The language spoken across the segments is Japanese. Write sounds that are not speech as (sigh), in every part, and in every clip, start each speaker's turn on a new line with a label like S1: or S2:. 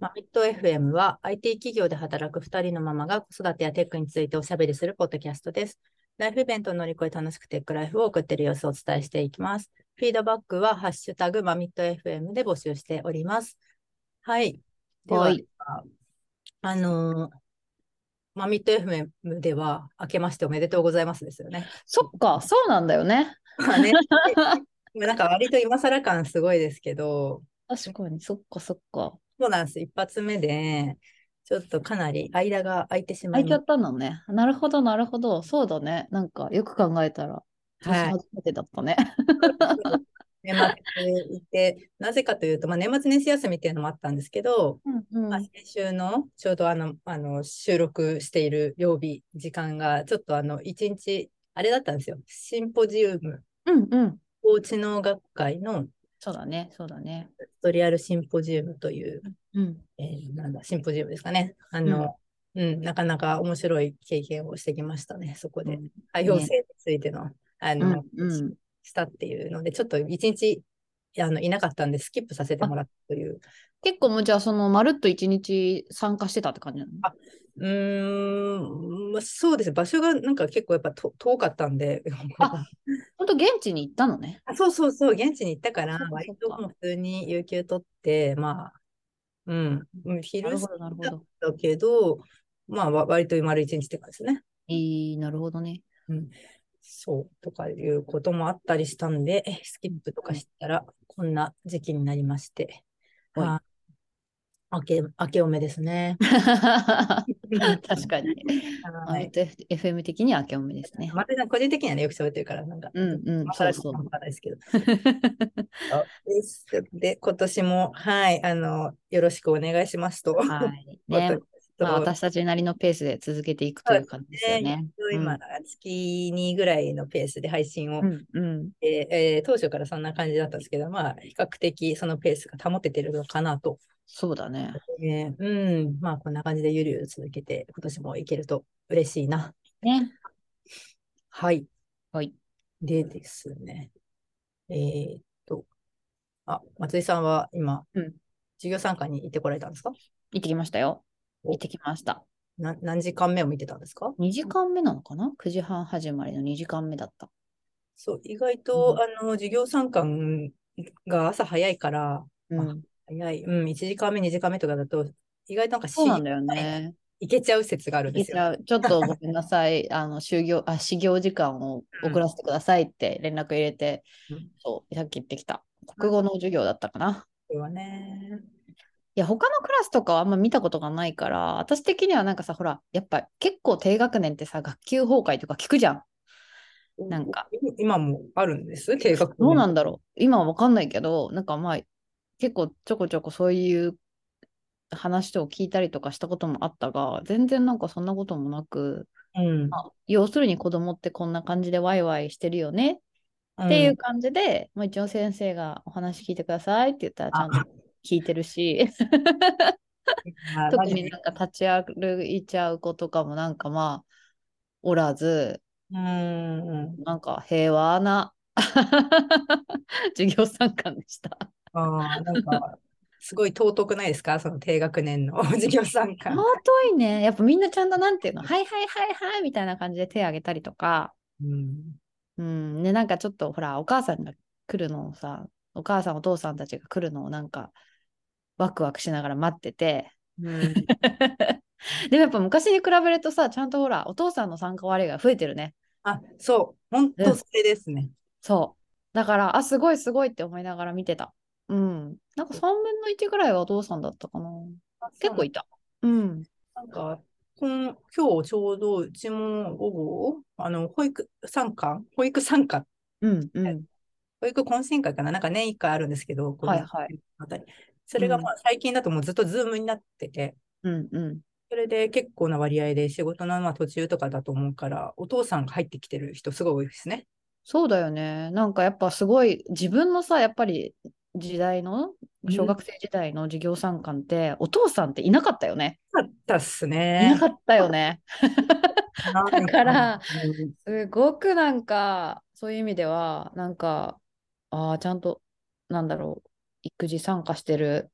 S1: マミット FM は IT 企業で働く2人のママが子育てやテックについておしゃべりするポッドキャストです。ライフイベントを乗り越え楽しくテックライフを送っている様子をお伝えしていきます。フィードバックはハッシュタグマミット FM で募集しております。はい。では、
S2: はい
S1: あのーマミット FM では明けましておめでとうございますですよね。 (laughs)
S2: そっか、そうなんだよね。
S1: まあねなんか割と今更感すごいですけど、
S2: 確かに、そっかそっか。
S1: そうなんです。一発目で、ちょっとかなり間が空いてしま
S2: 開
S1: い
S2: いちゃ
S1: まし
S2: ったのね。なるほど、なるほど。そうだね。なんか、よく考えたら、
S1: た。はい
S2: 私。初めてだったね。
S1: 年末いて、なぜかというと、まあ、年末年始休みっていうのもあったんですけど、
S2: うんうん
S1: まあ、先週のちょうどあのあの収録している曜日、時間がちょっとあの一日、あれだったんですよ。シンポジウム、
S2: うんうん。
S1: 高知能学会の
S2: そうだね、そうだね。
S1: トリアルシンポジウムという、
S2: うん。
S1: えーなんだ、シンポジウムですかね。あの、うん、なかなか面白い経験をしてきましたね、そこで。多様性についての、あ
S2: う
S1: の
S2: ん、うん。
S1: したっていうので、ちょっと一日あのいなかったんで、スキップさせてもらったという。
S2: 結構もうじゃあ、その、まるっと一日参加してたって感じなの
S1: あうーん、まあ、そうです。場所がなんか結構やっぱと遠かったんで、 (laughs)
S2: あほんと現地に行ったのね。
S1: あそうそうそう、現地に行ったから
S2: そっかそっ、か
S1: 割ともう普通に有給取って、まあ、うん、うん
S2: な
S1: 昼
S2: る
S1: 過
S2: ほど、なるほど。
S1: ぎだけど、まあ、わ割と丸一日って感じですね。
S2: いい、なるほど (laughs) ね。
S1: そう、とかいうこともあったりしたんで、えスキップとかしたら、こんな時期になりまして、
S2: はい
S1: はい。明け、明けおめですね。
S2: (laughs) 確かに。
S1: は
S2: あ
S1: い。
S2: と FM 的には明けおめですね。
S1: まあ、個人的にはね、よく喋ってるから、なんか、
S2: うんうん
S1: また
S2: (laughs) そうそう
S1: わからないですけど。ですで、今年も、はい、あの、よろしくお願いしますと。
S2: はい。ね。まあ、
S1: 私
S2: 私たちなりのペースで続けていくという感じですよね。
S1: と今、月2ぐらいのペースで配信を
S2: う、ん、うん、
S1: えーえー当初からそんな感じだったんですけど、まあ、比較的そのペースが保ててるのかなと
S2: そうだね。
S1: えーうん、まあこんな感じでゆるゆる続けて、今年もいけると嬉しいな。
S2: ね。
S1: はい。
S2: はい。
S1: でですね。えーっと、あ、松井さんは今、
S2: うん
S1: 授業参加に行ってこられたんですか
S2: 行ってきましたよ。
S1: お
S2: 行ってきました。
S1: な何時間目を見てたんですか
S2: 2時間目なのかな ?9 時半始まりの2時間目だった。
S1: そう、意外と、
S2: うん
S1: あの、授業参観が朝早いから、
S2: うん、
S1: 早い、うん、1時間目、2時間目とかだと、意外となんか
S2: そうなん
S1: し
S2: だよね。
S1: 行けちゃう説があるんです
S2: じ
S1: よ。
S2: ゃあちょっとごめんなさい。 (laughs) あの、就業、あ、始業時間を
S1: うん
S2: 遅らせてくださいって連絡入れて、
S1: うん
S2: そう、さっき言ってきた。国語の授業だったかな。
S1: これはね。
S2: いや、他のクラスとかはあんま見たことがないから、私的にはなんかさ、ほら、やっぱ結構低学年ってさ、学級崩壊とか聞くじゃん。なんか
S1: 今もあるんです、計画。
S2: どうなんだろう今は分かんないけど、なんかまあ、結構ちょこちょこそういう話を聞いたりとかしたこともあったが、全然なんかそんなこともなく、
S1: うん
S2: まあ要するに子供ってこんな感じでワイワイしてるよねっていう感じで、まあ一応先生がお話聞いてくださいって言ったらちゃんと聞いてるし、
S1: うん
S2: 特になんか立ち歩いちゃう子とかもなんかまあ、おらず、
S1: うんうん
S2: なんか平和な授業参観でした。
S1: あーなんかすごい尊くないですかその低学年
S2: (laughs)
S1: の授業参観。
S2: 尊いね。やっぱみんなちゃんとなんていうの、はいはいはいはいみたいな感じで手挙げたりとか、
S1: うん
S2: うん、ね、なんかちょっとほら、お母さんが来るのをさ、お母さんお父さんたちが来るのをなんか、ワクワクしながら待ってて。 (laughs)
S1: うん
S2: でもやっぱ昔に比べるとさ、ちゃんとほら、お父さんの参加割合が増えてるね。
S1: あそう本
S2: う
S1: 当
S2: ん
S1: それですね。
S2: そう。だから、あ、すごいすごいって思いながら見てた。うん。なんか3分の1ぐらいはお父さんだったかな。結構いた。うん。
S1: なんかこん今日ちょうどうちも午後あの保育参観保育参加
S2: うん。うん。
S1: 保育懇親会かななんか年一回あるんですけどこの
S2: はいはい
S1: あたりそれが
S2: うん
S1: まあ最近だともうずっとズームになってて。
S2: うん。うん。
S1: それで結構な割合で仕事のまあ途中とかだと思うから、お父さんが入ってきてる人すごい多いですね。
S2: そうだよね。なんかやっぱすごい自分のさ、やっぱり時代の
S1: うん
S2: 小学生時代の授業参観って、お父さんっていなかったよね。
S1: よかったっす
S2: いな
S1: ね。
S2: かったよね。
S1: なん
S2: だから
S1: うん
S2: すごくなんかそういう意味ではなんかああちゃんとなんだろう育児参加してる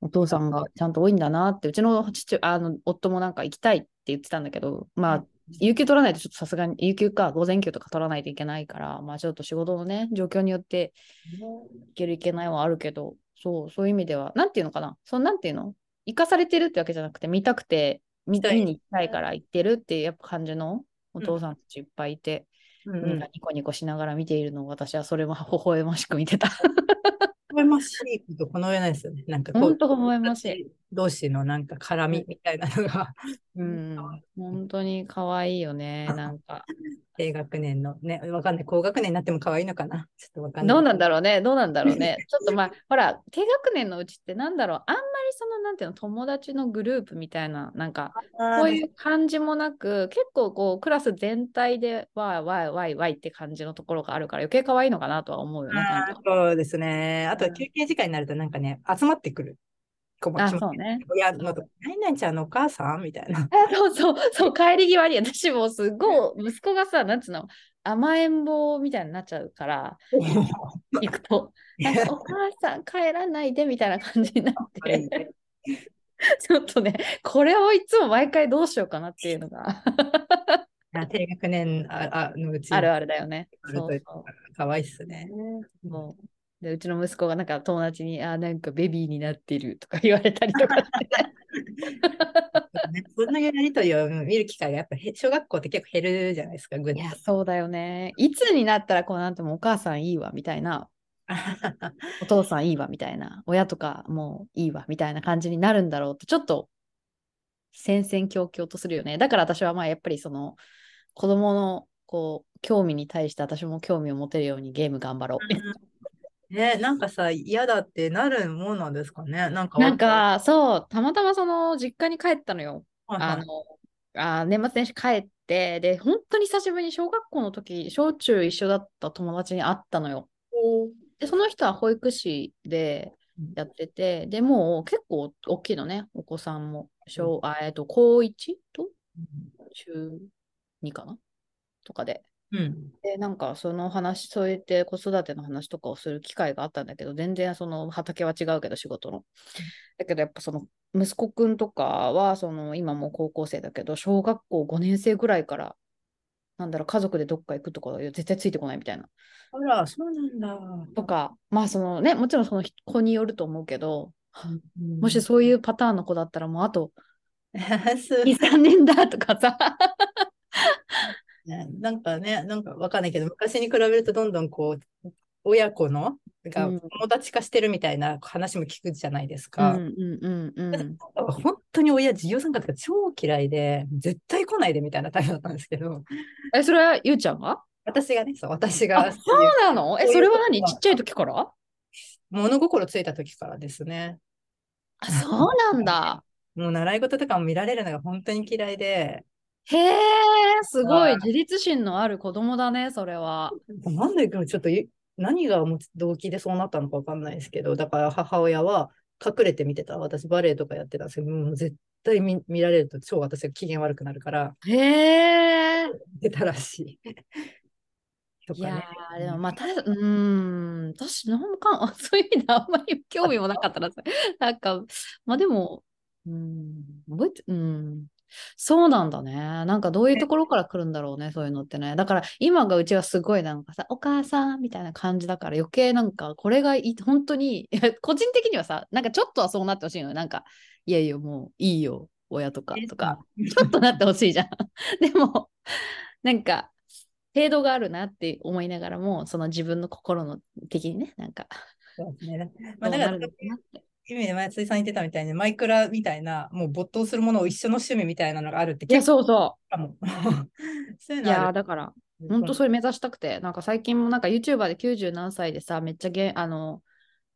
S2: お父さんがちゃんと多いんだなって、うちの父、あの、夫もなんか行きたいって言ってたんだけど、まあ、有給取らないとちょっとさすがに、有給か午前休とか取らないといけないから、まあちょっと仕事のね、状況によって、いけるいけないはあるけど、そう、そういう意味では、なんていうのかな、そのなんていうの生かされてるってわけじゃなくて、見たくて、
S1: 行
S2: 見
S1: きたい
S2: 見に行きたいから行ってるっていうやっぱ感じのお父さんたちいっぱいいて、
S1: うんう
S2: みん
S1: ん
S2: なニコニコしながら見ているのを、私はそれも微笑ましく見て
S1: (laughs)
S2: た。
S1: 微笑ましいことこの上ないですよね。なんかこ
S2: 本
S1: う、
S2: 当微笑まし
S1: (laughs)
S2: い。
S1: 同士のなんか絡みみたいなのが、
S2: うん、本当に可愛いよね、なんか。
S1: 低学年のね、わかんない、高学年になっても可愛いのかな。ちょっとわかんない。
S2: どうなんだろうね、どうなんだろうね。ちょっとまあ、 (laughs) ほら、低学年のうちってなんだろう、あんまりその、なんていうの、友達のグループみたいな、なんか、こういう感じもなく、結構こう、クラス全体で、わーわーわーわーって感じのところがあるから、余計可愛いのかなとは思うよね、なん
S1: あ
S2: か。
S1: ーそうですね。あと
S2: うん
S1: 休憩時間になるとなんかね、集まってくる子も
S2: あ、
S1: 気持ち
S2: そうね。
S1: 親のとこ、何々ちゃんのお母さんみたい
S2: (laughs)
S1: な。
S2: あそうそう、そう、帰り際に、私もすごい、息子がさ、なんつうの、甘えん坊みたいになっちゃうから、行くと。なんかお母さん帰らないでみたいな感じになって、
S1: (laughs)
S2: ちょっとね、これをいつも毎回どうしようかなっていうのが
S1: あ (laughs) 低学年ああのうち
S2: あるあるだよね。
S1: ある
S2: そ
S1: というう
S2: そ
S1: 可愛いっすね。
S2: うもうでうちの息子がなんか友達に、あーなんかベビーになってるとか言われたり (laughs) とかして。
S1: そんなやりとりを見る機会がやっぱへ小学校って結構減るじゃないですか、ぐっ
S2: い
S1: と
S2: や、そうだよね。いつになったらこうなんてもうお母さんいいわみたいな、お父さんいいわみたいな、親とかもういいわみたいな感じになるんだろうって、ちょっと戦々恐々とするよね。だから私はまあやっぱりその子供のこう興味に対して私も興味を持てるようにゲーム頑張ろう。
S1: (laughs) ね、なんかさ、嫌だってなるもんなんですかね。なんか、
S2: なん、かそう、たまたまその実家に帰ったのよ。あ
S1: (laughs) あ
S2: のあー年末年始帰って、で、本当に久しぶりに小学校の時、小中一緒だった友達に会ったのよ。で、その人は保育士で
S1: うん
S2: やってて、でもう結構大きいのね、お子さんも。小あえっと、高1と中2かなとかで。
S1: うん。
S2: で、なんかその話、そうやって子育ての話とかをする機会があったんだけど、全然その畑は違うけど、仕事の。だけどやっぱその息子くんとかは、その今もう高校生だけど、小学校5年生ぐらいから、なんだろう、家族でどっか行くとか、絶対ついてこないみたいな。
S1: あら、そうなんだ。
S2: とか、まあそのね、もちろんその子によると思うけど、も
S1: も (laughs)
S2: しそういうパターンの子だったらもうあと
S1: す
S2: 2、3年だとか (laughs) さ、
S1: ねなんかね、なんかわかんないけど、昔に比べるとどんどんこう、親子のが
S2: うん
S1: 友達化してるみたいな話も聞くじゃないです
S2: う
S1: か。
S2: んうんうんうん。
S1: 本当に親、授業参加とか超嫌いで、絶対来ないでみたいなタイプだったんですけど、
S2: え、それはゆうちゃんが
S1: 私がね、そう、私
S2: あ、
S1: が
S2: そうなのえ、それは何ちっちゃい時から
S1: 物心ついた時からですね、
S2: あ、そうなんだ。
S1: もう習い事とかも見られるのが本当に嫌いで、
S2: (laughs) へえ、すご
S1: はい
S2: い自立心のある子供だね、それは。
S1: なんでかちょっとい何がもう動機でそうなったのかわかんないですけど、だから母親は隠れて見てた。私バレエとかやってたんですけど、もう絶対見見られると超私が機嫌悪くなるから、
S2: へえ。
S1: 出たらしい。と
S2: い
S1: か
S2: や
S1: ね。
S2: ー、でもまあ、た、 (laughs) うーん、私、なんもかん、 (laughs) そういう意味であんまり興味もなかったな。 (laughs) なんか、まあでも、うーん、覚えて、うーん、そうなんだね。なんかどういうところから来るんだろうね、そういうのってね。だから、今がうちはすごいなんかさ、お母さんみたいな感じだから、余計なんか、これがいい、 (laughs) 本当に、いや個人的にはさ、なんかちょっとはそうなってほしいのよ。なんか、いやいや、もういいよ、親とか、とか。ちょっとなってほしいじゃん。 (laughs) でも、なんか、程度があるなって思いながらも、その自分の心の的にね、なんか、
S1: そうですね。ま
S2: ど
S1: あだ
S2: うな
S1: から
S2: る、のかなって。
S1: 意味で松井さん言ってたみたいに、マイクラみたいな、もう没頭するものを一緒の趣味みたいなのがあるって
S2: いや、
S1: 結構
S2: そうそ
S1: かも。 (laughs) そういう
S2: う。い
S1: の
S2: や
S1: あ
S2: ー、
S1: る。
S2: だから、本当それ目指したくて、なんか最近もなんか YouTuber で90何歳でさ、めっちゃゲあの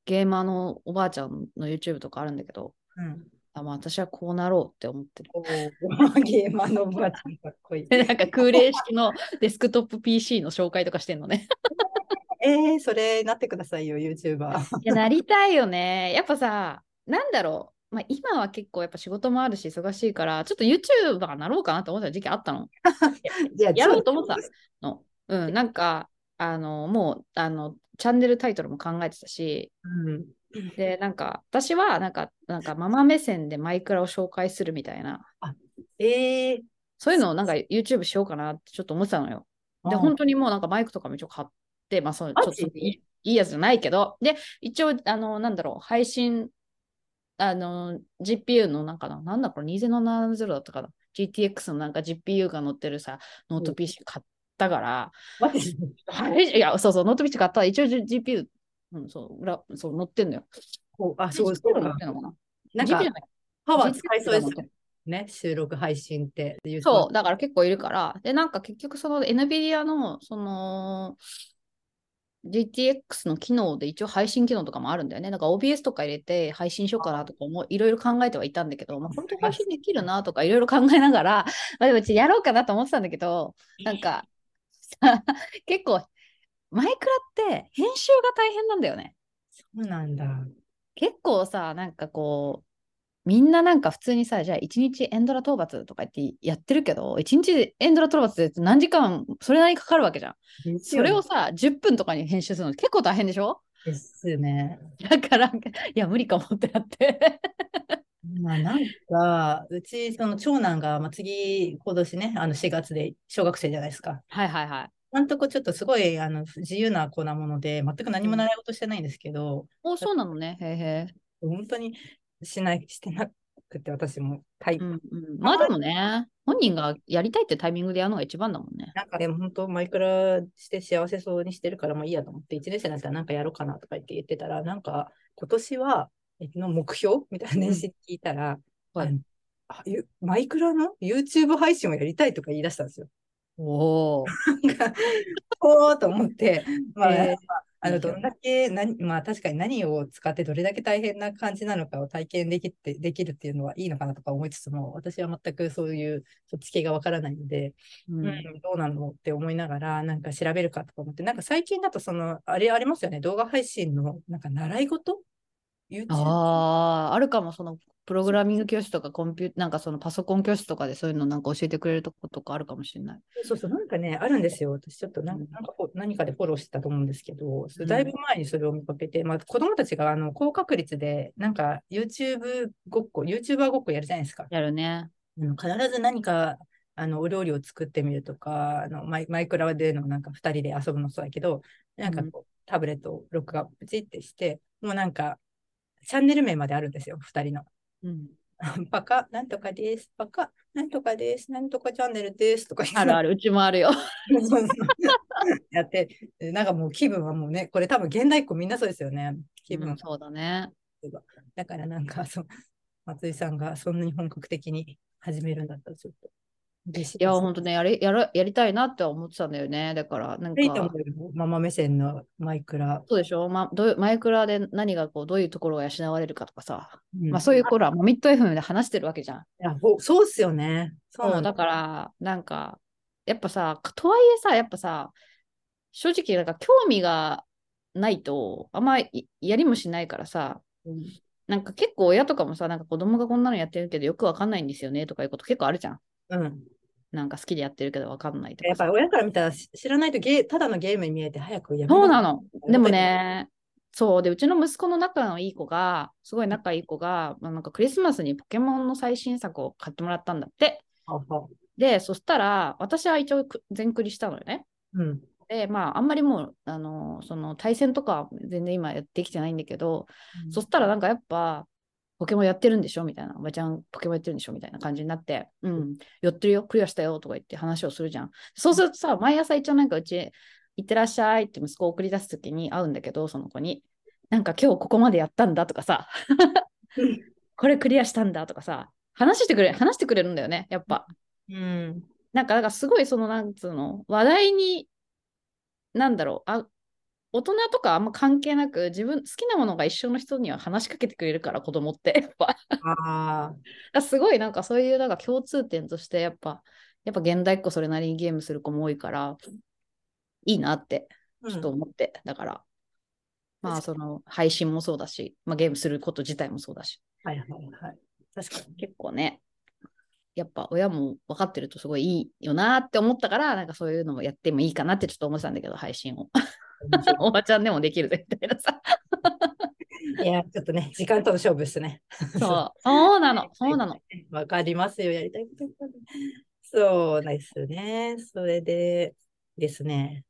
S2: ゲーマーのおばあちゃんの YouTube とかあるんだけど、
S1: うん。
S2: あまあ、私はこうなろうって思ってる。 (laughs)
S1: こう (laughs) ゲーマーのおばあちゃんかっこいい。
S2: でなんか空冷式のデスクトップ PC の紹介とかしてんのね。
S1: えー、それなってくださいよ、YouTuber。
S2: (laughs) いや、なりたいよね。やっぱさ、なんだろう。まあ、今は結構やっぱ仕事もあるし忙しいから、ちょっと YouTuber になろうかなと思ってた時期あったの。
S1: いや
S2: やろうと思ったの。うん、なんか、あの、もう、あの、チャンネルタイトルも考えてたし、
S1: うん。
S2: で、なんか、私は、なんか、なんか、ママ目線でマイクラを紹介するみたいな、
S1: ええ
S2: そういうのをなんか YouTube しようかなってちょっと思ってたのよ。で、本当にもうなんかマイクとかも一応買って、まあ、そう、ち
S1: マ
S2: ょ
S1: ジ
S2: っといいいいやつじゃないけど、で、一応、あの、なんだろう、配信、あの、GPU のなんかな、なんだこれ、2070だったかな、GTX のなんか GPU が載ってるさ、ノート PC 買ったから、
S1: マジで
S2: はい、いや、そうそう、ノート PC 買ったら、一応 GPU、うん、そう、裏、そう、載ってんのよ。
S1: こうあ、そう、そ
S2: GPU
S1: う
S2: 載っ
S1: か。
S2: てんのかな
S1: なん
S2: GPU
S1: か
S2: じゃ、ない
S1: パワー使いそうです
S2: GTX が載ってる
S1: ね。収録配信って。
S2: そう、だから結構いるから。で、なんか結局その NVIDIA のその GTX の機能で一応配信機能とかもあるんだよね。なんか OBS とか入れて配信しようかなとかもいろいろ考えてはいたんだけど、まあ、本当に配信できるなとかいろいろ考えながら、 (laughs) まあでもうちやろうかなと思ってたんだけど、なんか (laughs) 結構マイクラって編集が大変なんだよね。
S1: そうなんだ。
S2: 結構さなんかこうみんななんか普通にさじゃあ一日エンドラ討伐とか言ってやってるけど一日でエンドラ討伐って何時間それなりにかかるわけじゃん。それをさ10分とかに編集するの結構大変でしょ (laughs)
S1: ですね。
S2: だからいや無理かもってなって
S1: まあ、なんか、うち、その長男が、まあ、次、今年ね、あの4月で小学生じゃないですか。
S2: はいはいはい。
S1: 今んとこちょっとすごいあの自由な子なもので、全く何も習い事してないんですけど、
S2: おそうなのねへーへ
S1: 本当にしない、してなくて、私も、タイ
S2: ー、うんうん。まあでもね本人がやりたいってタイミングでやるのが一番だもんね。
S1: なんかでも本当、マイクラして幸せそうにしてるから、もういいやと思って、1年生になったらなんかやろうかなとか言って言ってたら、なんか今年は、えの目標みたいな年始に聞いたら、
S2: はい
S1: あのあゆマイクラの YouTube 配信をやりたいとか言い出したんですよ。
S2: おお。
S1: なんか、 (laughs) こうと思って、まあ、
S2: えー
S1: あ
S2: い
S1: の
S2: いじゃ
S1: ど
S2: ん
S1: んだけ何、まあ、確かに何を使ってどれだけ大変な感じなのかを体験できてできるっていうのはいいのかなとか思いつつも、私は全くそういうそっち系がわからないので、
S2: う
S1: うんん、どうなのって思いながら、なんか調べるかとか思って、なんか最近だと、その、あれありますよね、動画配信のなんか習い事 ?YouTube?
S2: ああ、あるかも、そのプログラミング教室とかコンピューなんかそのパソコン教室とかでそういうのなんか教えてくれるとことかあるかもしれない。
S1: そうそう、なんかね、あるんですよ。私ちょっとなん
S2: うん
S1: なんかこう何かでフォローしてたと思うんですけど、そううんだいぶ前にそれを見かけて、まあ、子供たちがあの高確率で、なんか YouTube ごっこ、YouTuber ごっこやるじゃないですか。
S2: やるね。
S1: あの必ず何かあのお料理を作ってみるとか、あのマイマイクラでのなんか2人で遊ぶのもそうだけど、なんかこう、タブレットを録画プチってして、もうなんかチャンネル名まであるんですよ、2人の。 (laughs)
S2: うん、
S1: バカ、なんとかです、バカ、なんとかです、なんとかチャンネルですとか言って
S2: (laughs) あるある、うちもあるよ。
S1: そうそうそう (laughs) やって、なんかもう気分はもうね、これ多分現代っ子みんなそうですよね。気分。
S2: うんそうだね。
S1: だからなんかそう、松井さんがそんなに本格的に始めるんだったらちょっと嬉しい
S2: いや、
S1: です
S2: ほんとね、やりやるやりたいなって思ってたんだよね。だから、なん
S1: いいと思
S2: か、
S1: うよママ目線のマイクラ。
S2: そうでしょ、ま、どういうマイクラで何がこう、どういうところが養われるかとかさ、まあ、そういう頃はもうミッド FM で話してるわけじゃん。
S1: いやほそうっすよね。そう
S2: そ
S1: な
S2: うんだ
S1: だ。
S2: からなんかやっぱさとはいえさやっぱさ正直なんか興味がないとあんまいやりもしないからさ
S1: うん
S2: なんか結構親とかもさなんか子供がこんなのやってるけどよくわかんないんですよねとかいうこと結構あるじゃん
S1: うん、
S2: なんか好きでやってるけどわかんないと
S1: や
S2: か
S1: っぱり
S2: さ
S1: 親から見たらし知らないとゲーただのゲームに見えて早くやめ
S2: そうな
S1: の
S2: のでもねそうでうちの息子の仲のいい子がすごい仲いい子が、まあ、なんかクリスマスにポケモンの最新作を買ってもらったんだってでそしたら私は一応く全クリしたのよね
S1: うん。
S2: で、まあ、あんまりもう、あのその対戦とかは全然今やってきてないんだけど、そしたらなんかやっぱ、ポケモンやってるんでしょみたいな、おばちゃんポケモンやってるんでしょみたいな感じになって、うん、やってるよ、クリアしたよとか言って話をするじゃん。そうするとさ、毎朝一応なんかうち、行ってらっしゃいって息子を送り出すときに会うんだけど、その子に、なんか今日ここまでやったんだとかさ
S1: うん、
S2: (laughs) これクリアしたんだとかさ、話してくれ、話してくれるんだよね、やっぱ。
S1: うん。
S2: なんか、だからすごいその、なんつうの、話題に、なんだろう、あ、大人とかあんま関係なく、自分、好きなものが一緒の人には話しかけてくれるから、子供って。や (laughs) っぱ、だか
S1: ああ、
S2: らすごいなんかそういう、なんか共通点として、やっぱ、やっぱ現代っ子それなりにゲームする子も多いから、いいなって、
S1: うん
S2: ちょっと思って、だから、まあ、その、配信もそうだし、まあ、ゲームすること自体もそうだし、
S1: はいはいはい。確かに。
S2: 結構ね、やっぱ親も分かってるとすごいいいよなって思ったから、なんかそういうのもやってもいいか
S1: (laughs)
S2: なってちょっと思ってたんだけど、配信を。おばちゃんでもできるぜみたいなさ。
S1: いや、ちょっとね、時間との勝負ですね。
S2: そう。そ
S1: (laughs)
S2: うなの。そうなの。
S1: わかりますよ、やりたいこといっぱいある。そうですね。それでですね。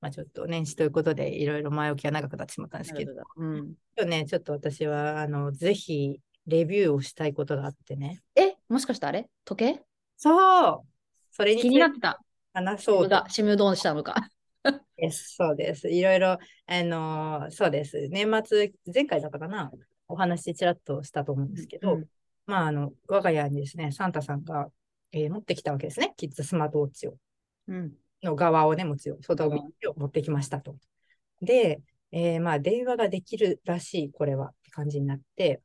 S1: まあちょっと年始ということで、いろいろ前置きが長くなってしまったんですけど、
S2: うん、
S1: 今日ね、ちょっと私は、あの、ぜひ、レビューをしたいことがあってね。
S2: え、もしかしてあれ時計
S1: そうそれにつ
S2: 気
S1: い
S2: に
S1: て
S2: なってた。
S1: 話そうと
S2: が、シムドンしたのか。
S1: です。そうです。いろいろ、あのーそうです。年末、前回だったかな、お話ちらっとしたと思うんですけど、
S2: うん
S1: まあ、あの、我が家にですね、サンタさんが、えー持ってきたわけですね。キッズスマートウォッチを、
S2: うん。
S1: の側をね、もちろん、外側を持ってきましたと。で、えーまあ、電話ができるらしい、これは、って感じになって、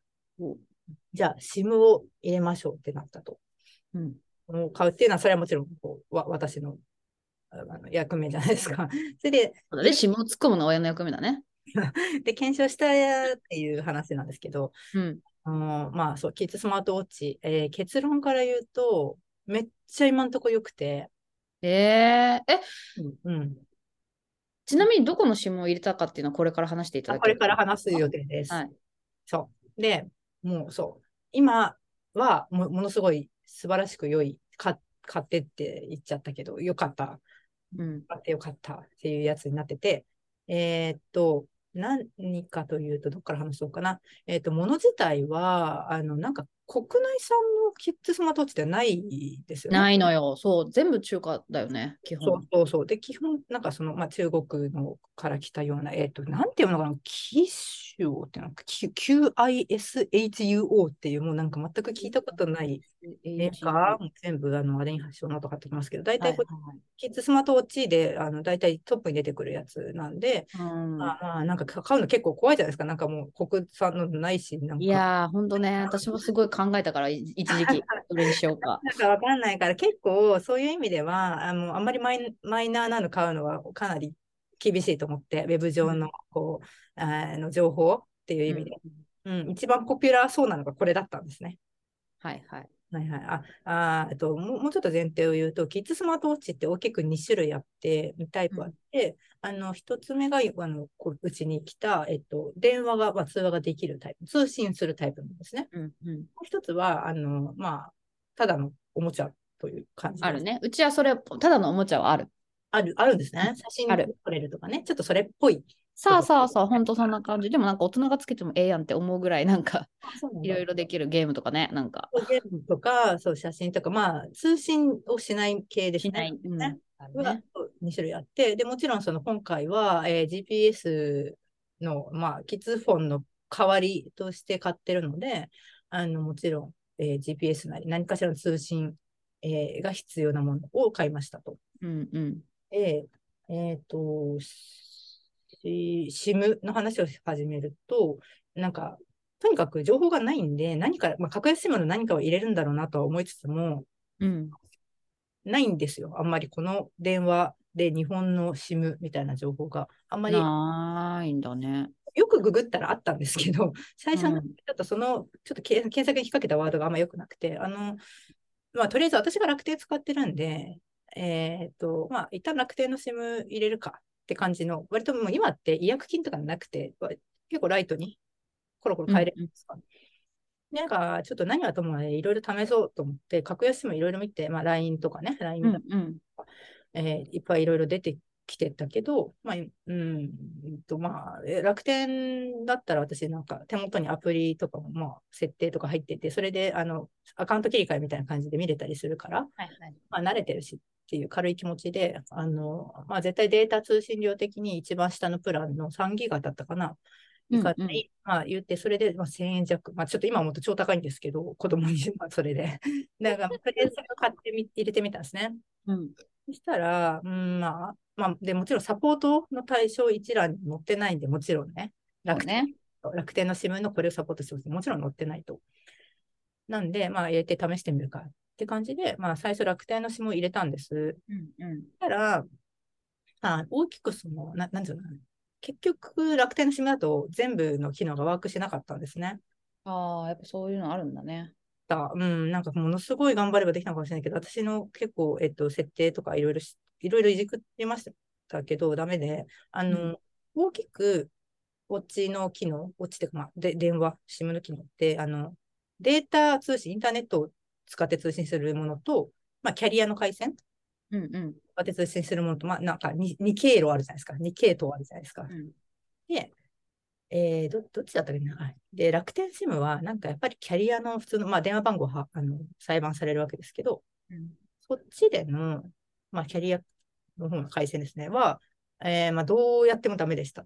S1: じゃあ、SIM を入れましょうってなったと。
S2: うん。
S1: を買うっていうのは、それはもちろんこうわ私のあの役目じゃないですか。 (laughs) それで
S2: そうだね。シムを突っ込むのは親の役目だね。
S1: で、検証したっていう話なんですけど、
S2: うん。
S1: あのまあそう、キッズスマートウォッチ、えー結論から言うと、めっちゃ今んとこ良くて、
S2: えええ、
S1: うんうん
S2: ちなみにどこのシムを入れたかっていうのはこれから話していた
S1: あ
S2: だ
S1: こ
S2: け
S1: れ
S2: る
S1: から話す予定です。
S2: はい
S1: そう。で、もうそう、今はもものすごい素晴らしく良い、か買ってって言っちゃったけど、良かった
S2: うん。
S1: 買ってよかったっていうやつになってて、えーっと、何かというと、どっから話そうかな。えーっと、もの自体は、あの、なんか国内産のキッズスマートウォッチではないですよね。。
S2: ないいのよ。そう。全部中華だよね。基
S1: そう
S2: 本。
S1: そうそう。で、基本、なんかその、まあ、中国のから来たような、えーっと、なんていうのかな、キッシュオっていうのか、Q- QISHUO っていう、もうなんか全く聞いたことないメーカー、もう全部、あの、あれに発祥のとかってきますけど、大
S2: はい
S1: 体こう、キッズスマートウォッチで、あの、大体トップに出てくるやつなんで、
S2: はい
S1: あまあ、なんかか買うの結構怖いじゃないですか。なんかもう国産のないし、なんか。
S2: うん、いやー、ほんとね、私もすごい考えたから、い一時 (laughs) 期、どれにしようか。
S1: なんかわかんないから、結構そういう意味では、あのあんまりマイマイナーなの買うのはかなり厳しいと思って、ウェブ上のこう、あの情報っていう意味で、うん一番ポピュラーそうなのがこれだったんですね。
S2: はいはい。
S1: はいはい。あ、あーえっともう、もうちょっと前提を言うと、キッズスマートウォッチって大きく2種類あって、2タイプあって、あの、1つ目が、あの、こううちに来た、えっと、電話が、まあ、通話ができるタイプ、通信するタイプなんですね。
S2: うんうん、
S1: もう一つは、あの、まあ、ただのおもちゃという感じです
S2: ある。ね。うちはそれ、ただのおもちゃはある。
S1: ある、あるんですね。写真
S2: ある
S1: 撮れるとかね。ちょっとそれっぽい。
S2: さあさあさあ、ほんとそんな感じ。でもなんか大人がつけてもええやんって思うぐらい、なん (laughs) か、いろいろできるゲームとかね、なんか。
S1: ゲームとか、そう、写真とか、まあ、通信をしない系です
S2: し
S1: ね。
S2: ない。うん
S1: ね
S2: ある
S1: が
S2: ね
S1: 2種類あって、で、もちろんその今回は、えー GPS の、まあ、キッズフォンの代わりとして買ってるので、あの、もちろん、えー GPS なり何かしらの通信、えーが必要なものを買いましたと。
S2: うんうん。
S1: で、えっと、し SIM の話を始めると、なんか、とにかく情報がないんで、何か、まあ、格安 SIM の何かを入れるんだろうなとは思いつつも、
S2: うん。
S1: ないんですよ。あんまりこの電話で日本の SIM みたいな情報があんまり
S2: ないんだね。
S1: よくググったらあったんですけど、最初
S2: う
S1: の
S2: ん
S1: ちょっとその、ちょっとけ検索に引っ掛けたワードがあんま良くなくて、あの、まあ、とりあえず私が楽天使ってるんで、えーっと、まあ、一旦楽天の SIM 入れるかって感じの、割ともう今って違約金とかなくて、わ結構ライトにコロコロ変えれるんですか、なんか、ちょっと何はともあれ、いろいろ試そうと思って、格安 SIM いろいろ見て、まあ、LINE とかね、LINE
S2: うんうん。
S1: えーいっぱいいろいろ出てきてたけど、まあ、うん、うんと、まあ、え楽天だったら私なんか手元にアプリとかも、まあ、設定とか入ってて、それで、あの、アカウント切り替えみたいな感じで見れたりするから、
S2: はいはい。
S1: まあ、慣れてるしっていう軽い気持ちで、あの、まあ、絶対データ通信量的に一番下のプランの3ギガだったかな。
S2: うんうん
S1: 以下にまあ、言って、それで、まあ、1000円弱。まあ、ちょっと今思うと超高いんですけど、子供に、まあ、それ
S2: (laughs)
S1: で。だから、とりあえずそれを買ってみ、入れてみたんですね。
S2: うん
S1: そしたら、うん、まあ、まあ、で、もちろんサポートの対象一覧に載ってないんで、もちろんね、
S2: そう
S1: 楽天,、
S2: ね。
S1: 楽天の SIM のこれをサポートしてほしい。もちろん載ってないと。なんで、まあ、入れて試してみるかって感じで、まあ、最初楽天の SIM を入れたんです。
S2: うんうん。
S1: そしたら、あ大きくその、ななんていうのかな結局、楽天の SIM だと全部の機能がワークしなかったんですね。
S2: ああ、やっぱそういうのあるんだね。
S1: ったうん、なんかものすごい頑張ればできたのかもしれないけど、私の結構、えっと、設定とかいろいろし、いろいろいじくってましたけど、ダメで、あの、大きく、ウォッチの機能、ウォッチっていうか、まあ、で電話、SIM の機能って、あの、データ通信、インターネットを使って通信するものと、まあ、キャリアの回線
S2: うんうん
S1: 使って通信するものと、まあ、なんか 2, 2経路あるじゃないですか。2系統あるじゃないですか。
S2: うん
S1: で、えーど、どっちだったっけなはいで、楽天 SIM は、なんかやっぱりキャリアの普通の、まあ、電話番号はあの裁判されるわけですけど、
S2: うん
S1: そっちでの、まあ、キャリアの方の回線ですね、は、えーまあ、どうやってもダメでした。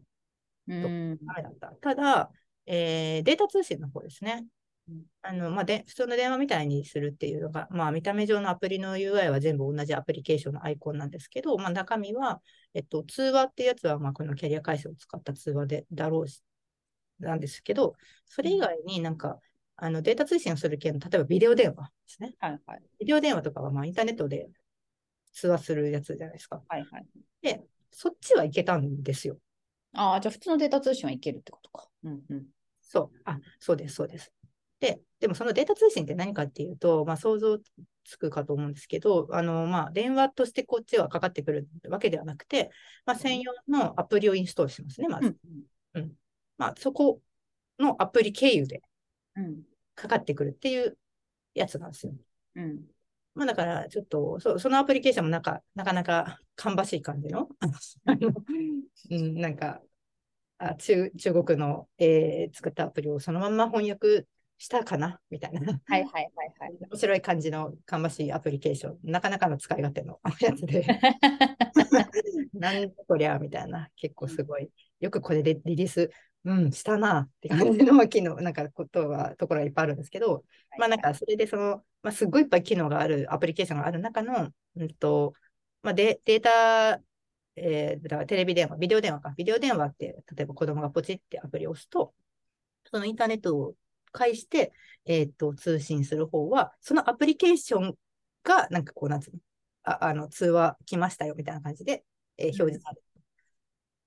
S2: うん
S1: ダメだった。ただ、えーデータ通信の方ですね
S2: うん。
S1: あのまあ、で普通の電話みたいにするっていうのが、まあ、見た目上のアプリの UI は全部同じアプリケーションのアイコンなんですけど、まあ、中身は、えっと、通話ってやつは、まあ、このキャリア回線を使った通話でだろうし、なんですけど、それ以外になんか、あのデータ通信をする系の、例えばビデオ電話ですね。
S2: はいはい
S1: ビデオ電話とかは、まあ、インターネットで通話するやつじゃないですか。
S2: はいはい。
S1: そっちはいけたんですよ。
S2: ああ、じゃあ普通のデータ通信はいけるってことか。うんうん。
S1: そう、あ、そうです、そうです。で、でもそのデータ通信って何かっていうと、まあ、想像つくかと思うんですけど、あのまあ、電話としてこっちはかかってくるわけではなくて、まあ、専用のアプリをインストールしますね、ま
S2: う
S1: ず。
S2: ん
S1: まあ、そこのアプリ経由で
S2: うん
S1: かかってくるっていうやつなんですよ。
S2: うん
S1: まあ、だから、ちょっとそ、そのアプリケーションもなんか、なかなか芳しい感じの、あのうん、なんか、あ中中国の、えー作ったアプリをそのまんま翻訳したかなみたいな。
S2: (laughs) はいはいはいはい。
S1: 面白い感じの芳しいアプリケーション、なかなかの使い勝手のやつ
S2: (laughs)
S1: で、なんだこりゃみたいな、結構すごい、よくこれでリリース、うん、したなって感じの機能、なんかことは、ところがいっぱいあるんですけど、まあなんかそれでその、まあ、すごいいっぱい機能があるアプリケーションがある中の、うんとまあ、デデータ、えーだからテレビ電話、ビデオ電話か、ビデオ電話って、例えば子供がポチってアプリを押すと、そのインターネットを介して、えーっと通信する方は、そのアプリケーションが、なんかこう、なんつうの、ああの通話来ましたよみたいな感じで、えー表示される。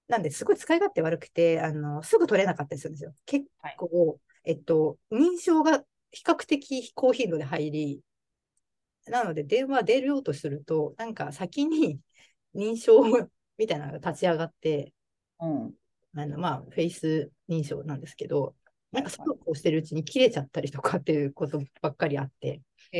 S1: なんで、すごい使い勝手悪くて、あのすぐ取れなかったりするんですよ。結構、えっと、認証が比較的高頻度で入り、なので電話出ようとすると、なんか先に認証みたいなのが立ち上がって、
S2: うん。
S1: あのまあ、フェイス認証なんですけど、なんかそうこうしてるうちに切れちゃったりとかっていうことばっかりあって、
S2: へ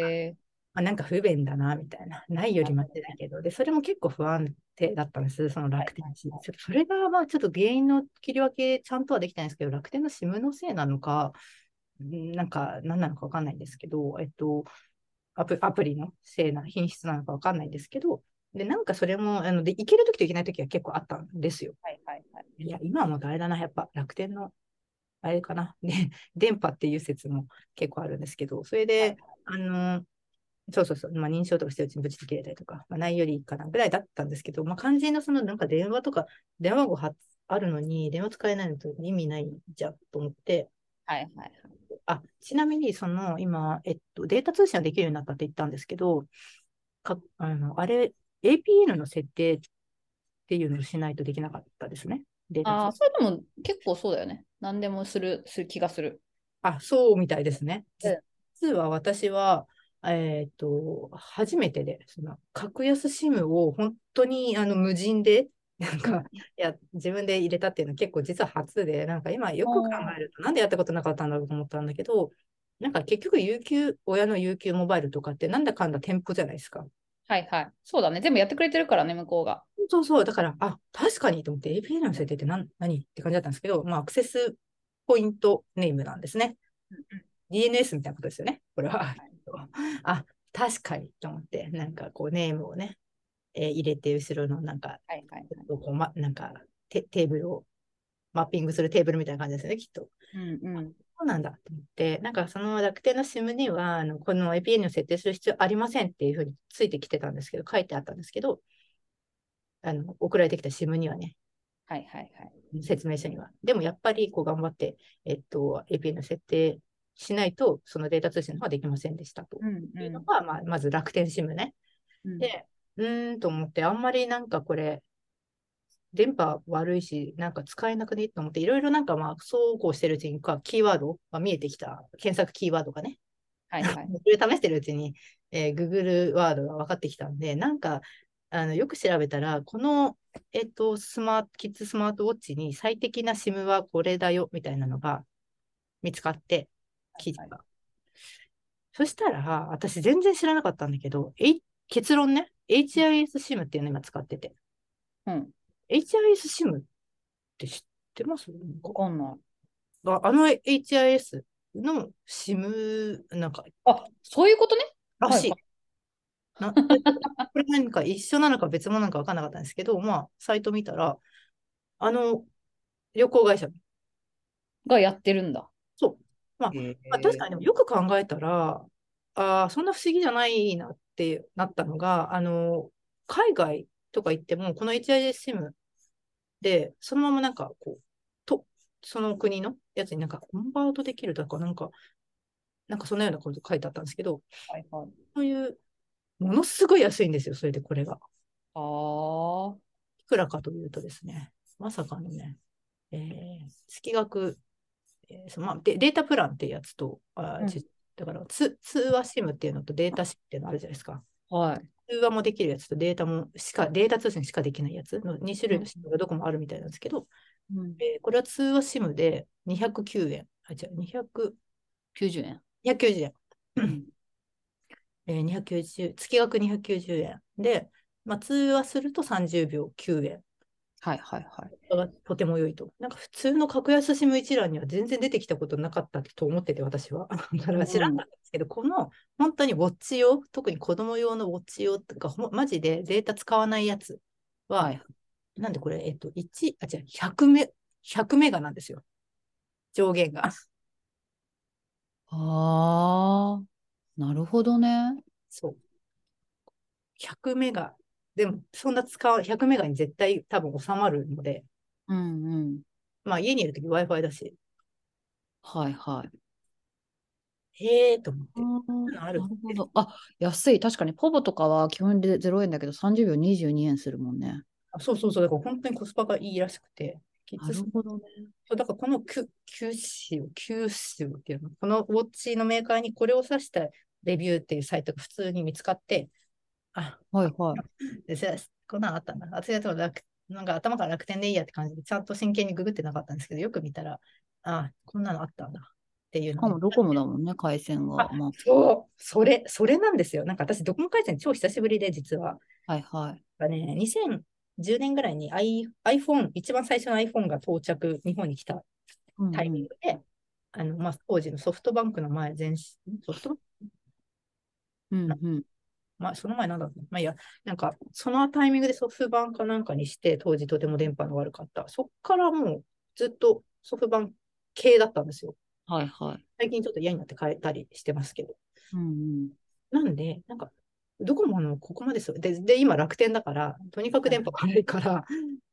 S2: え。
S1: あなんか不便だな、みたいな。ないよりマシだけど、で、それも結構不安定だったんです、その楽天市。ちょっとそれが、まあ、ちょっと原因の切り分け、ちゃんとはできてないんですけど、楽天の SIM のせいなのか、んなんか、何なのかわかんないんですけど、えっと、アプアプリのせいな、品質なのかわかんないんですけど、で、なんかそれも、あので、いけるときといけないときは結構あったんですよ。
S2: はいはいはい。
S1: いや、今はもうあれだな、やっぱ楽天の、あれかな、 (laughs) ね、電波っていう説も結構あるんですけど、それで、あの、そうそうそう、まあ、認証とかしてるうちにブチって切れたりとか、まあ、ないよりいいかなぐらいだったんですけど、まあ、肝心のそのなんか電話とか、電話号はあるのに、電話使えないのと意味ないじゃんと思って、
S2: はいはいはい。
S1: あ、ちなみに、その、今、えっと、データ通信ができるようになったって言ったんですけど、かあの、あれ、APN の設定っていうのをしないとできなかったですね。データ通信
S2: ああ、それでも結構そうだよね。何でもする、する気がする。
S1: あ、そうみたいですね。
S2: うん
S1: 実は私は、えっと、初めてで、その、格安シムを本当にあの無人で、 (laughs) なんか、いや、自分で入れたっていうのは結構実は初で、なんか今よく考えると、なんでやったことなかったんだろうと思ったんだけど、なんか結局、有給、親の有給モバイルとかって、なんだかんだ店舗じゃないですか。
S2: はいはい。そうだね。全部やってくれてるからね、向こうが。
S1: そうそう、だから、あ、確かにと思って、APN の設定って何何って感じだったんですけど、まあ、アクセスポイントネームなんですね。DNS みたいなことですよね、これは。 (laughs) あ、確かにと思って、なんかこう、ネームをね、えー入れて、後ろのなんか、
S2: はいはいはい。
S1: こうま、なんかテ、テーブルを、マッピングするテーブルみたいな感じですよね、きっと。
S2: うんうん。
S1: そうなんだと思って、なんかその楽天の SIM には、あのこの APN を設定する必要ありませんっていうふうについてきてたんですけど、書いてあったんですけど、あの送られてきた SIM にはね、
S2: はいはいはい。
S1: 説明書には。でもやっぱりこう頑張って、えっと、APN の設定しないと、そのデータ通信の方はできませんでしたと。
S2: うん
S1: いうのが、まあ、まず楽天 SIM ね。
S2: うん。
S1: で、うーんと思って、あんまりなんかこれ、電波悪いし、なんか使えなくねと思って、いろいろなんかまあ、そうこうしてるうちにか、キーワードが見えてきた、検索キーワードがね、
S2: はいはい。
S1: いろいろ試してるうちに、えー Google ワードが分かってきたんで、なんか、あのよく調べたら、この、えっと、スマート、キッズスマートウォッチに最適な SIM はこれだよ、みたいなのが見つかって、記事が。そしたら、私全然知らなかったんだけど、えい結論ね、HIS SIM っていうの今使ってて。
S2: うん。
S1: HIS SIM って知ってます
S2: わかんない。
S1: ああの HIS の SIM、なんか、
S2: あ、そういうことね。
S1: らしい。な
S2: は
S1: これ何か一緒なのか別物なのか分かんなかったんですけど、まあ、サイト見たら、あの、旅行会社、
S2: がやってるんだ。
S1: そう。まあまあ、確かに
S2: に。
S1: でもよく考えたら、ああ、そんな不思議じゃないなってなったのが、あの、海外とか行っても、この HISSIM で、そのままなんか、こう、と、その国のやつになんかコンバートできるとか、なんか、なんかそんなようなこと書いてあったんですけど、
S2: はいはい、
S1: そういう、ものすごい安いんですよ、それでこれが。
S2: ああ。
S1: いくらかというとですね、まさかのね、えー月額、えーそのまあデ、データプランっていうやつと、あー
S2: うん
S1: ちだからつ通話 SIM っていうのとデータ SIM っていうのあるじゃないですか。
S2: はい。
S1: 通話もできるやつとデータもしか、データ通信しかできないやつの2種類の SIM がどこもあるみたいなんですけど、
S2: うん、
S1: えーこれは通話 SIM で209円、あ、違う、200、
S2: 90円。
S1: 290円。
S2: ん
S1: えー290月額290円で、まあ、通話すると30秒9円。
S2: はいはいはい。
S1: がとても良いと。なんか普通の格安 SIM 一覧には全然出てきたことなかったと思ってて、私は。 (laughs) だから知らなかったんですけど、この本当にウォッチ用、特に子供用のウォッチ用とか、ほんマジでデータ使わないやつは、
S2: はい
S1: なんでこれ、えっと、1、あ、違う、100メ、100メガなんですよ。上限が。 (laughs)
S2: ああ。なるほどね。
S1: そう。100メガ。でも、そんな使わ、100メガに絶対多分収まるので、
S2: うんうん。
S1: まあ家にいるとき Wi-Fi だし、
S2: はいはい。
S1: へえーと思っ
S2: あ
S1: て。
S2: ー
S1: な
S2: な
S1: る
S2: るほど。あ、安い。確かに、ポボとかは基本で0円だけど、30秒22円するもんね。
S1: あそうそうそう、だから本当にコスパがいいらしくて、キッ
S2: な
S1: ズス
S2: るほどね。
S1: そうだからこのキュキューシオ、キューシオっていうの、このウォッチのメーカーにこれを指したレビューっていうサイトが普通に見つかって、あ、
S2: はいはい。
S1: でせこんなのあったんだ。私が多分楽なんか頭から楽天でいいやって感じで、ちゃんと真剣にググってなかったんですけど、よく見たら、あ、こんなのあったんだっていう
S2: し
S1: の
S2: か
S1: が
S2: も、ドコモだもんね、回線が。
S1: あ
S2: ま
S1: そう、それ、それなんですよ。なんか私、ドコモ回線超久しぶりで、実は。
S2: あ、はいはい。
S1: がね、2010年ぐらいに i iPhone、一番最初の iPhone が到着、日本に来た
S2: うんうん
S1: タイミングで、あのまあ、当時のソフトバンクの前、前身、ソフトバンク、
S2: うんうん。
S1: まあ、その前なんだろうなまあいいや、なんか、そのタイミングでソフトバンクかなんかにして、当時とても電波の悪かった。そっからもうずっとソフトバンク系だったんですよ。
S2: はいはい。
S1: 最近ちょっと嫌になって変えたりしてますけど。
S2: うん
S1: なんで、なんか、ドコモのここまでする。で、で、今楽天だから、とにかく電波が悪いから、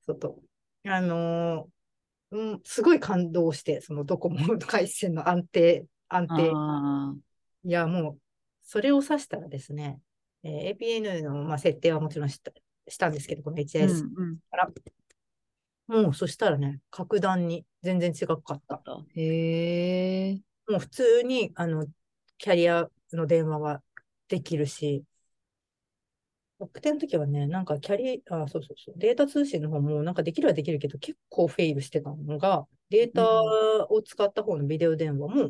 S1: ちょっと、あのーうん、すごい感動して、そのドコモの回線の安定、安
S2: うん。
S1: 定。
S2: ああ。
S1: いや、もう、それを指したらですね、えー APN の、まあ、設定はもちろんしたしたんですけど、この
S2: うん
S1: HIS
S2: うん。
S1: から。もう、そしたらね、格段に全然違かった。
S2: へえ。
S1: もう普通に、あの、キャリアの電話はできるし、楽天の時はね、なんかキャリア、あ、そうそうそう、データ通信の方もなんかできるはできるけど、結構フェイルしてたのが、データを使った方のビデオ電話も、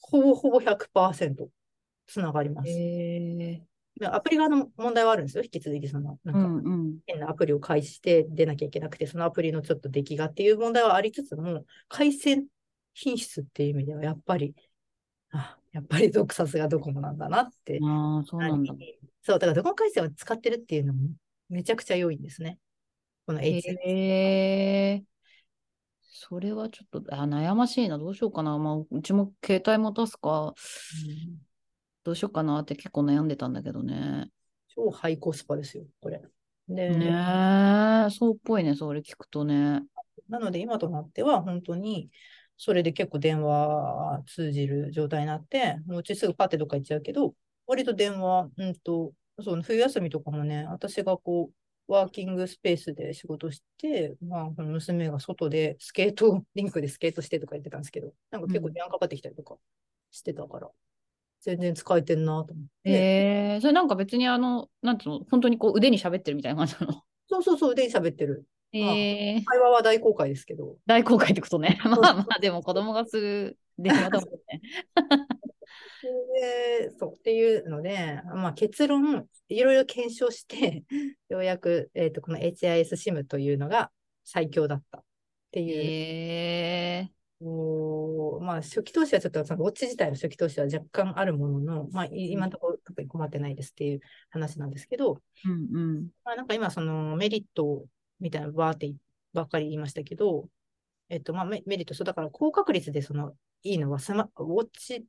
S1: ほぼほぼ100%つながります。
S2: へえ。
S1: でアプリ側の問題はあるんですよ、引き続きその、な
S2: うん
S1: か
S2: んうん。
S1: 変なアプリを開始して出なきゃいけなくて、そのアプリのちょっと出来がっていう問題はありつつも、回線品質っていう意味ではやっぱり、あ、やっぱりドクサスがドコモなんだなって。
S2: ああ、そうなんだ。
S1: そう、だからドコモ回線を使ってるっていうのもめちゃくちゃ良いんですね。この H。
S2: へえ。それはちょっと、あ、悩ましいな。どうしようかな。まあ、うちも携帯持たすか、
S1: うん
S2: どうしようかなって結構悩んでたんだけどね。
S1: 超ハイコスパですよ、これ。で、
S2: ねえ、そうっぽいね。それ聞くとね。
S1: なので今となっては本当にそれで結構電話通じる状態になって、もううちすぐパってどっか行っちゃうけど、割と電話、うんと、その冬休みとかもね、私がこう、ワーキングスペースで仕事して、まあ、この娘が外でスケート、リンクでスケートしてとか言ってたんですけど、なんか結構
S2: うん
S1: 電話かかってきたりとかしてたから、全然使えてんなと思って。
S2: えー、それなんか別にあの、なんていうの、本当にこう腕に喋ってるみたいな感じ (laughs) なの。
S1: そうそうそう、腕に喋ってる。
S2: えー、
S1: 会話は大公開ですけど。
S2: 大公開ってこと (laughs) ね。ま
S1: う
S2: あまあ、でも子供がする出来事だもん (laughs) ね。
S1: で、そうっていうので、まあ、結論、いろいろ検証して、 (laughs) ようやく、えー、とこの HIS SIM というのが最強だったっていう。
S2: え
S1: おーまあ、初期投資はちょっと、そのウォッチ自体の初期投資は若干あるものの、まあ、い今のところ特に困ってないですっていう話なんですけど、
S2: ー、うんうん。
S1: まあ、なんか今、そのメリットみたいなのばーってばっかり言いましたけど、えっと、まあメメリット、そうだから高確率でそのいいのはスマ、ウォッチ、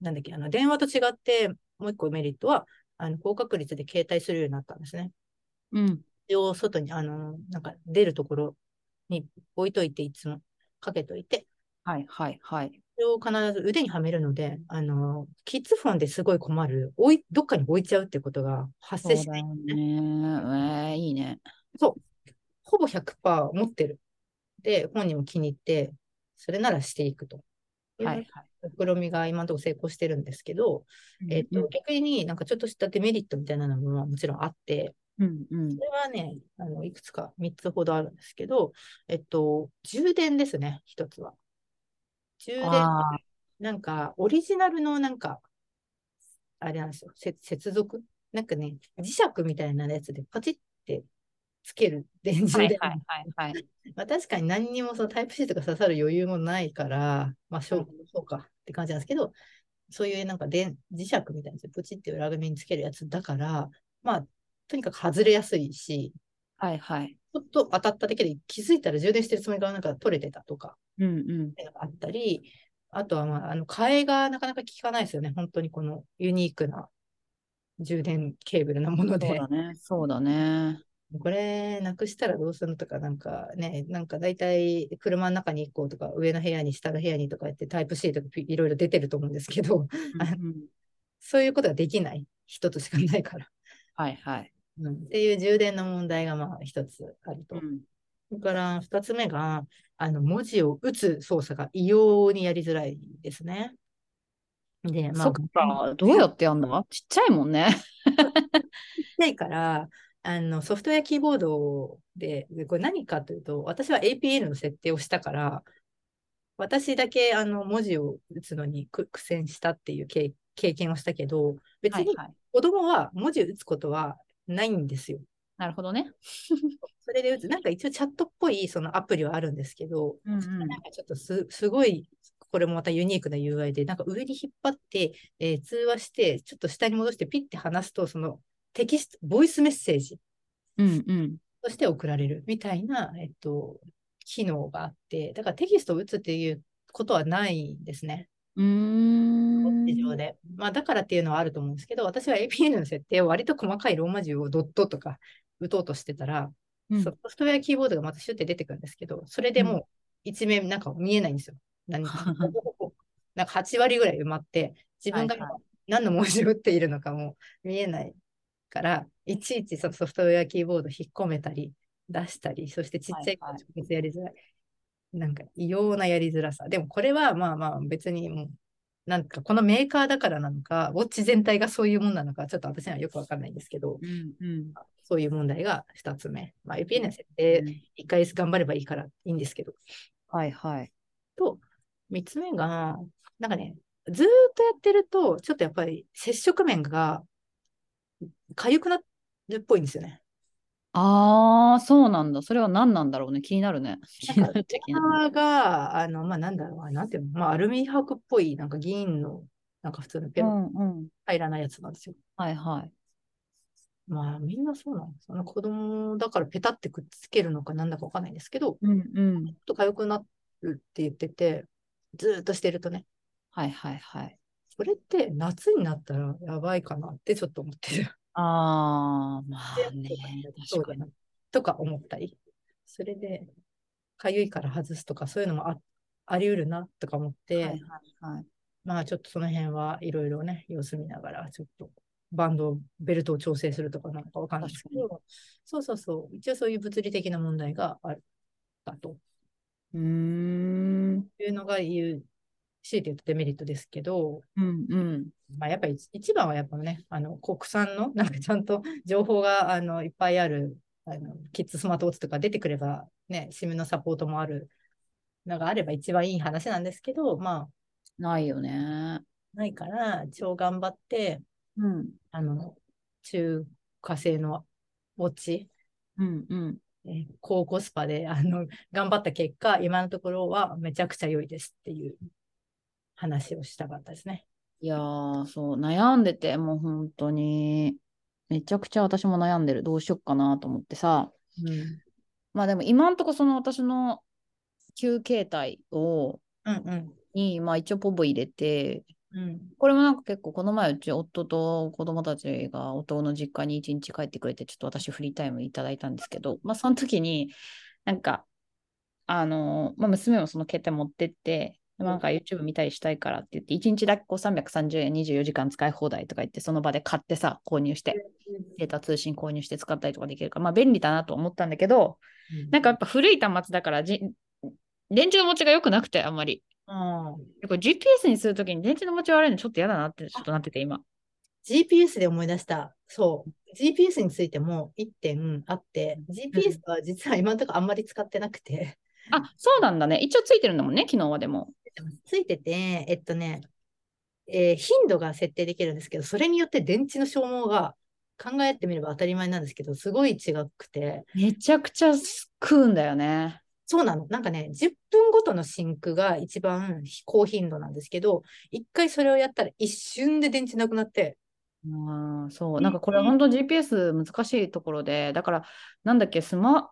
S1: なんだっけ、あの電話と違って、もう一個メリットは、あの高確率で携帯するようになったんですね。
S2: うん。
S1: を外に、あの、なんか出るところに置いといて、いつもかけといて、
S2: はいはいはい。
S1: それを必ず腕にはめるので、あの、キッズフォンですごい困る、おいどっかに置いちゃうってことが発
S2: そう
S1: 生し
S2: だ
S1: ない。
S2: よね。えー、いいね。
S1: ほぼ100%持ってる。で、本人も気に入って、それならしていくと。
S2: はい。
S1: 試みが今のところ成功してるんですけど、えっと、逆になんかちょっとしたデメリットみたいなのももちろんあって、
S2: うんうん
S1: そ。れはね、あのいくつか3つほどあるんですけど、えっと、充電ですね、一つは。充電、
S2: ああ、
S1: なんかオリジナルのなんか、あれなんですよ、せ接続なんかね、磁石みたいなやつでパチってつける電充
S2: はい
S1: 電
S2: はいはいはい。
S1: まあ、確かに何にもそのタイプ C とか刺さる余裕もないから、まあ、しょ
S2: うん
S1: うそうかって感じなんですけど、そういうなんか電磁石みたいなやつ、プチって裏紙につけるやつだから、まあ、とにかく外れやすいし、
S2: はいはい。
S1: ちょっと当たっただけで気づいたら充電してるつもりがなんか取れてたとか、
S2: うんうん。
S1: あったり、あとは、まあ、あの、替えがなかなか効かないですよね。本当にこのユニークな充電ケーブルなもの
S2: そう
S1: で。
S2: だね。そうだね。
S1: これなくしたらどうするのとか、なんかね、なんか大体車の中に1個とか、上の部屋に下の部屋にとか言って、タイプ C とかピいろいろ出てると思うんですけど、 (laughs)
S2: うんうん
S1: そういうことができない人としかないから。
S2: はいはい。
S1: うん、っていう充電の問題がまあ一つあると
S2: う。ん
S1: それから二つ目が、あの文字を打つ操作が異様にやりづらいですね。で、まあ、
S2: そっか。どうやってやんだちっちゃいもんね。
S1: ないから、あのソフトウェアキーボードで、でこれ何かというと、私は APL の設定をしたから、私だけあの文字を打つのにく苦戦したっていう経経験をしたけど、別
S2: はい
S1: に
S2: はい。
S1: 子供は文字を打つことはないんですよ。
S2: なるほどね。
S1: それで打つ、なんか一応チャットっぽいそのアプリはあるんですけど、
S2: うんうん
S1: なんかちょっとすすごい、これもまたユニークな UI で、なんか上に引っ張って、えー通話して、ちょっと下に戻してピッて話すと、そのテキスト、ボイスメッセージ
S2: うんうん。
S1: として送られるみたいな、えっと、機能があって、だからテキストを打つっていうことはないんですね、
S2: うー
S1: 地
S2: ん。
S1: 上で。まあ、だからっていうのはあると思うんですけど、私は APN の設定を割と細かいローマ字をドットとか打とうとしてたら、
S2: うん
S1: ソフトウェアキーボードがまたシュって出てくるんですけど、それでもう一面なんか見えないんですよ。
S2: (laughs)
S1: 何なんか8割ぐらい埋まって、自分が
S2: はいは
S1: 何の文字を打っているのかも見えないから、いちいちそのソフトウェアキーボード引っ込めたり、出したり、そしてちっちゃい子
S2: は
S1: は
S2: いはい
S1: 直接やりづらい。なんか異様なやりづらさ。でもこれはまあまあ別にもう、なんかこのメーカーだからなのか、ウォッチ全体がそういうもんなのか、ちょっと私にはよくわかんないんですけど、
S2: うんうん。
S1: そういう問題が2つ目。まあ、APN の設定一回頑張ればいいからいいんですけど。
S2: はいはい。
S1: と、三つ目が、なんかね、ずーっとやってると、ちょっとやっぱり接触面が痒くなるっぽいんですよね。
S2: ああ、そうなんだ。それは何なんだろうね。気になるね。気にな (laughs) るっちゃ気になる
S1: 側
S2: ね
S1: が、あの、まあ、なんだろうな、なんていうの、まあ、アルミ箔っぽい、なんか銀の、なんか普通のピ
S2: う
S1: ョン
S2: んうん。
S1: 入らないやつなんですよ。
S2: はいはい。
S1: まあ、みんなそうなんですよね。子供だからペタってくっつけるのかなんだかわかんないんですけど、
S2: うんうん。
S1: ちょっと痒くなるって言ってて、ずーっとしてるとね、
S2: はいはいはい。
S1: それって夏になったらやばいかなってちょっと思ってる。
S2: ああ、まあね。
S1: そう
S2: 確
S1: だ
S2: かに。
S1: なとか思ったり。それで、かゆいから外すとか、そういうのもああり得るなとか思って、
S2: はいはいはい。
S1: まあちょっとその辺はいろいろね、様子見ながら、ちょっとバンド、ベルトを調整するとかなのかわかんないですけど、そうそうそう、一応そういう物理的な問題があったと
S2: うーん。
S1: いうのが言う強いて言うとデメリットですけど、
S2: うんうん。
S1: まあ、やっぱり一一番はやっぱね、あの国産の、 (laughs) なんかちゃんと情報があのいっぱいあるあの、キッズスマートウォッチとか出てくれば、ね、SIM のサポートもあるのがあれば一番いい話なんですけど、まあ、
S2: ないよね。
S1: ないから、超頑張って、
S2: うん。
S1: あの、中華製のウォッチ、
S2: うんうん。
S1: えー高コスパであの頑張った結果、今のところはめちゃくちゃ良いですっていう話をしたかったですね。
S2: いやー、そう、悩んでて、もう本当に、めちゃくちゃ私も悩んでる。どうしよっかなと思ってさ。
S1: うん、
S2: まあでも今んとこその私の旧携帯を、
S1: うん、
S2: に、まあ一応ポブ入れて、
S1: うん、うん、
S2: これもなんか結構この前うち夫と子供たちが夫の実家に一日帰ってくれてちょっと私フリータイムいただいたんですけど、まあその時になんかあの、まあ、娘もその携帯持ってってでなんか YouTube 見たりしたいからって言って一日だけこう330円24時間使い放題とか言ってその場で買ってさ購入してデータ通信購入して使ったりとかできるからまあ便利だなと思ったんだけどなんかやっぱ古い端末だからじ電池の持ちが良くなくてあんまり。
S1: うん、
S2: やっぱ GPS にするときに電池の持ち悪いのちょっと嫌だなってちょっとなってて今。
S1: GPS で思い出した。そう。GPS についても1点あって、GPS は実は今のところあんまり使ってなくて、
S2: あ、そうなんだね。一応ついてるんだもんね、昨日はでも。
S1: ついてて、えっとね、えー頻度が設定できるんですけど、それによって電池の消耗が考えてみれば当たり前なんですけど、すごい違くて、
S2: めちゃくちゃ食うんだよね。
S1: そうなの。なんかね、10分ごとの真空が一番高頻度なんですけど、1回それをやったら一瞬で電池なくなって、
S2: ああ、そう。なんかこれ本当 GPS 難しいところで、だから、なんだっけ、スマ、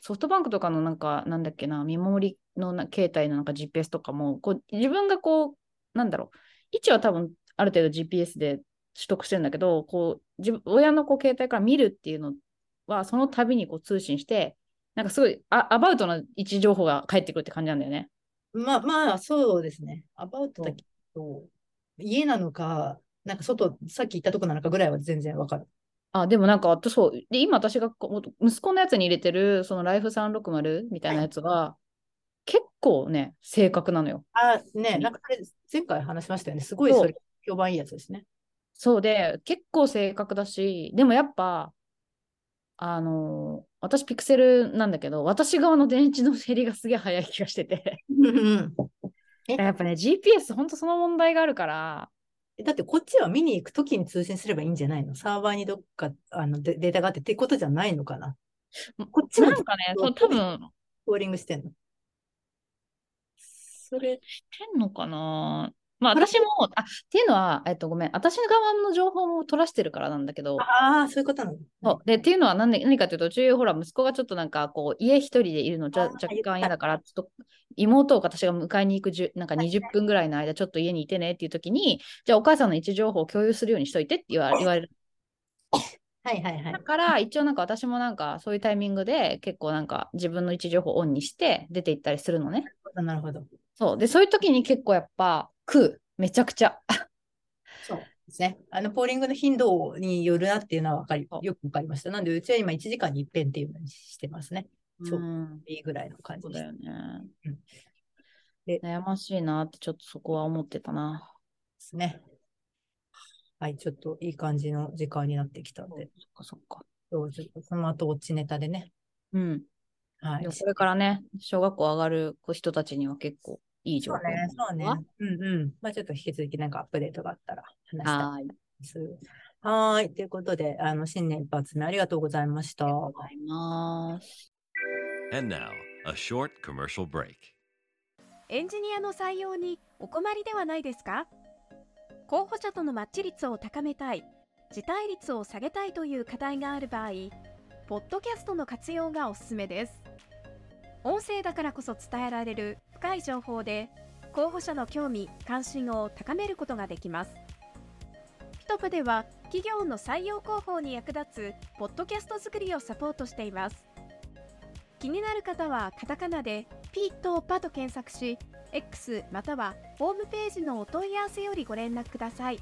S2: ソフトバンクとかのなんか、なんだっけな、見守りのな携帯のなんか GPS とかも、こう自分がこう、なんだろう、位置は多分ある程度 GPS で取得してるんだけど、こう、自分親のこう携帯から見るっていうのは、その度にこう通信して、なんかすごいあアバウトな位置情報が返ってくるって感じなんだよね。
S1: まあまあ、そうですね。アバウトだけど、家なのか、なんか外、さっき言ったとこなのかぐらいは全然わかる。
S2: あ、でもなんか、あとそう。で、今私がこう息子のやつに入れてる、そのライフ360みたいなやつが、結構ね、正確なのよ。
S1: あ
S2: う
S1: ね、
S2: ん
S1: なんかあれ、前回話しましたよね。すごい
S2: そう
S1: それ、評判いいやつですね。
S2: そうで、結構正確だし、でもやっぱ、あのー私ピクセルなんだけど、私側の電池の減りがすげえ早い気がしてて。
S1: うんえ
S2: (laughs) やっぱね、GPS ほんとその問題があるから、
S1: だってこっちは見に行くときに通信すればいいんじゃないのサーバーにどっかあのデデータがあってってことじゃないのかなこっち
S2: な
S1: も
S2: んかね、そう、多分、
S1: コーリングしてんのそれ、
S2: してんのかなまあ
S1: あれ
S2: 私も、あ、っていうのは、えっと、ごめん、私側の情報も取らしてるからなんだけど、
S1: ああ、そういうことなの。
S2: そうでっていうのは何で何かというと、うちほら、息子がちょっとなんかこう、家一人でいるのじゃ
S1: あー
S2: 若
S1: 言ってた
S2: 干嫌だから、ちょっと妹を私が迎えに行くじゅなんか
S1: はいはい
S2: 20分ぐらいの間、ちょっと家にいてねっていう時に、じゃあお母さんの位置情報を共有するようにしといてって言わ言われる。
S1: はいはいはい
S2: だ。から、一応なんか私もなんかそういうタイミングで結構なんか自分の位置情報をオンにして出て行ったりするのね。
S1: なるほど。
S2: そう。で、そういう時に結構やっぱ食う。めちゃくちゃ。
S1: そうですね。あの、ポーリングの頻度によるなっていうのはわかり
S2: そ、う。
S1: よくわかりました。なんで、うちは今1時間に一遍っていうのにしてますね。そうん
S2: (laughs)
S1: いいぐらいの感じ
S2: そう
S1: です。
S2: だよね
S1: うん。で
S2: 悩ましいなってちょっとそこは思ってたな。
S1: ね。はい、ちょっといい感じの時間になってきたんで、
S2: そっかそっか。
S1: 今日ちょっとその後落ちネタでね。
S2: うん。
S1: はい
S2: でも。これからね、小学校上がる子人たちには結構いい情
S1: そ
S2: 報
S1: う。ね、そうね
S2: は。
S1: うんうん。まあちょっと引き続きなんかアップデートがあったら話したいと
S2: はーい。あり
S1: 思い
S2: がと
S1: ます。はーい。ということで、あの、新年一発目ありがとうございました。
S2: うございます。
S3: And now, a short commercial break.
S4: エンジニアの採用にお困りではないですか候補者とのマッチ率を高めたい辞退率を下げたいという課題がある場合ポッドキャストの活用がおすすめです音声だからこそ伝えられる深い情報で候補者の興味関心を高めることができますピトプでは企業の採用広報に役立つポッドキャスト作りをサポートしています気になる方はカタカナでピとパと検索し X またはホームページのお問い合わせよりご連絡ください。